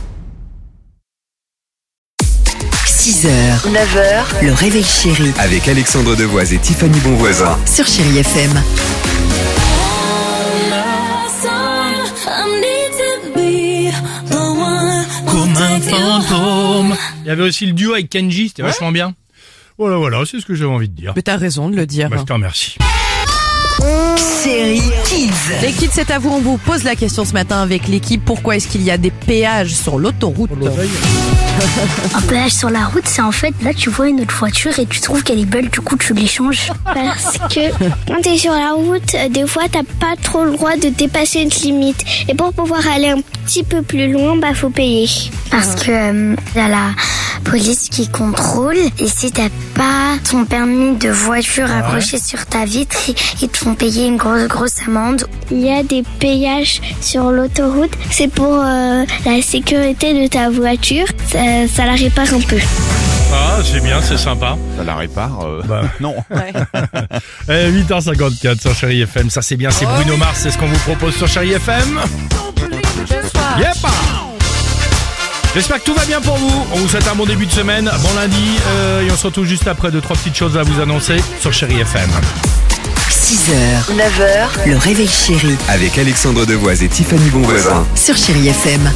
6h, 9h, le réveil chéri Avec Alexandre Devoise et Tiffany Bonvoisin. sur Chéri FM. Comme un fantôme. Il y avait aussi le duo avec Kenji, c'était vachement bien. Voilà, voilà, c'est ce que j'avais envie de dire. Mais t'as raison de le dire. Ah. Bah, je te remercie. Série Kids. Les kids, c'est à vous. On vous pose la question ce matin avec l'équipe. Pourquoi est-ce qu'il y a des péages sur l'autoroute Un péage Ah bah, sur la route, c'est en fait là tu vois une autre voiture et tu trouves qu'elle est belle, du coup tu l'échanges. Parce que quand t'es sur la route, euh, des fois t'as pas trop le droit de dépasser une limite. Et pour pouvoir aller un petit peu plus loin, bah faut payer. Parce que euh, y a la police qui contrôle et si t'as pas ton permis de voiture accroché sur ta vitre, ils te font payer une grosse grosse amende. Il y a des péages sur l'autoroute, c'est pour euh, la sécurité de ta voiture, ça, ça la répare un peu. Ah, c'est bien, c'est sympa. Ça la répare euh, Bah. Non. Eh, 8h54 sur Chéri FM, ça c'est bien, c'est Oh Bruno Mars, c'est ce qu'on vous propose sur Chéri FM. Yep J'espère que tout va bien pour vous. On vous souhaite un bon début de semaine, bon lundi, euh, et on se retrouve juste après deux, trois petites choses à vous annoncer sur Chéri FM. 6h, 9h, le réveil chéri Avec Alexandre Devoise et Tiffany Bonvoisin. sur Chéri FM.